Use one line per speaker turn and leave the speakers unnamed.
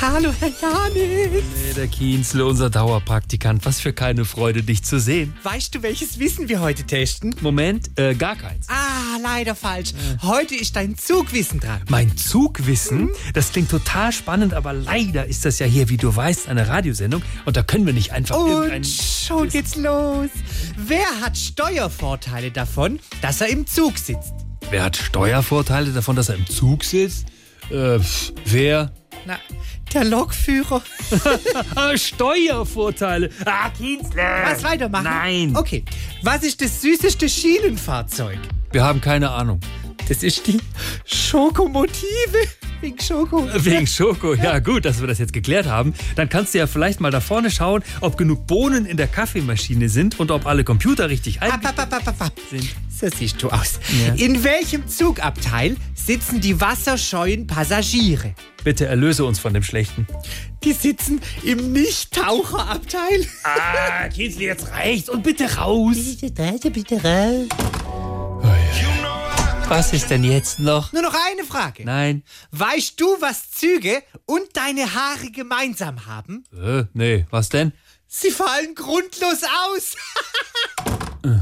Hallo, Herr Janik.
Hey, der Kienzle, unser Dauerpraktikant. Was für keine Freude, dich zu sehen.
Weißt du, welches Wissen wir heute testen?
Moment, äh, gar keins.
Ah, leider falsch. Heute ist dein Zugwissen dran.
Mein Zugwissen, das klingt total spannend, aber leider ist das ja hier, wie du weißt, eine Radiosendung und da können wir nicht einfach irgendeinen.
Und schon geht's los. Wer hat Steuervorteile davon, dass er im Zug sitzt?
Wer hat Steuervorteile davon, dass er im Zug sitzt? Äh, pff, wer?
Na, der Lokführer.
Ah, Steuervorteile. Ah, Kienzle.
Was weitermachen?
Nein.
Okay. Was ist das süßeste Schienenfahrzeug?
Wir haben keine Ahnung.
Das ist die Schokomotive. Wegen Schoko.
Wegen Schoko. Ja, gut, dass wir das jetzt geklärt haben. Dann kannst du ja vielleicht mal da vorne schauen, ob genug Bohnen in der Kaffeemaschine sind und ob alle Computer richtig ein.
Ab, ab, ab, ab, ab, ab.
Sind.
So siehst du aus.
Ja.
In welchem Zugabteil sitzen die wasserscheuen Passagiere?
Bitte erlöse uns von dem Schlechten.
Die sitzen im Nicht-Taucherabteil.
Ah, Kienzle, jetzt reicht's und bitte raus.
Bitte, bitte raus.
Was ist denn jetzt noch?
Nur noch eine Frage.
Nein.
Weißt du, was Züge und deine Haare gemeinsam haben?
Äh, nee, was denn?
Sie fallen grundlos aus.